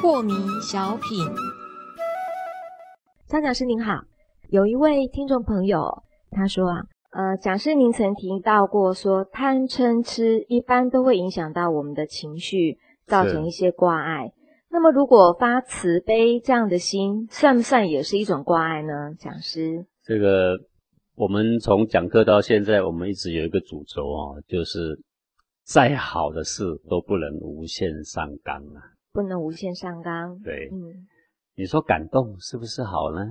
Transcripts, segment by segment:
破迷小品，张讲师您好，有一位听众朋友他说啊，呃，讲师您曾提到过说贪嗔痴一般都会影响到我们的情绪，造成一些挂碍。那么如果发慈悲这样的心，算不算也是一种挂碍呢？讲师，这个我们从讲课到现在，我们一直有一个主轴哦，就是再好的事都不能无限上纲啊。不能无限上纲。对，嗯，你说感动是不是好呢？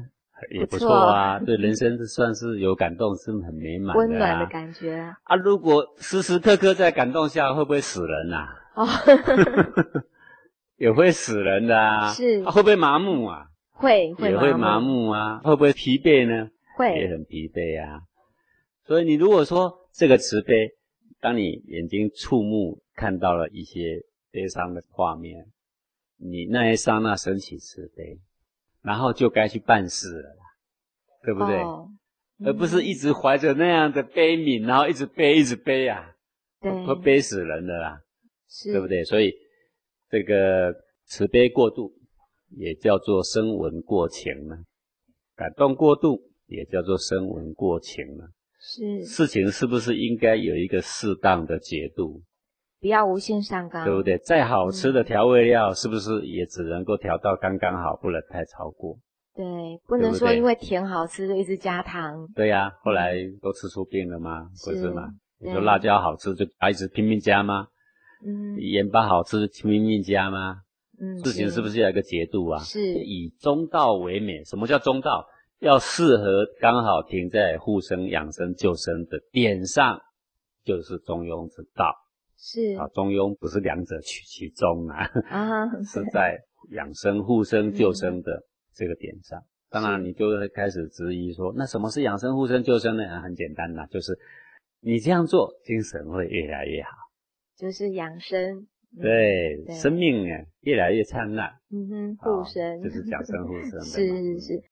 也不不错错啊，对人生是算是有感动，是很美满的、啊，温暖的感觉啊。如果时时刻刻在感动下，会不会死人呐、哦， 也会死人的啊。是啊会不会麻木啊？会也会麻，木啊。会不会疲惫呢？也会很疲惫啊。所以你如果说这个慈悲，当你眼睛触目看到了一些悲伤的画面，你那一刹那升起慈悲，然后就该去办事了啦，对不对？哦而不是一直怀着那样的悲悯，然后一直悲一直悲啊，对，会悲死人的啦，是对不？对？所以这个慈悲过度也叫做生闻过情呢，感动过度也叫做生闻过情呢。是事情是不是应该有一个适当的解度，不要无限上纲，对不？对？再好嗯吃的调味料，是不是也只能够调到刚刚好，不能太超过？对，不对能不说对因为甜好吃就一直加糖，对呀、后来都吃出病了吗？不是吗？嗯是你说对辣椒好吃就啊一直拼命加吗？嗯盐巴好吃就拼命加吗？嗯，事情是不是要有一个节度啊？是以中道为美。什么叫中道？要适合刚好停在护生、养生、救生的点上，就是中庸之道。是啊，中庸不是两者取其中啊，啊？是在养生、护生、嗯救生的这个点上。当然，是你就会开始质疑说，那什么是养生、护生、救生呢？啊很简单啦、就是你这样做，精神会越来越好， 就是养生，嗯，对，对生命啊越来越灿烂。嗯哼，好 护身嗯就是讲生护生的嘛。是是是。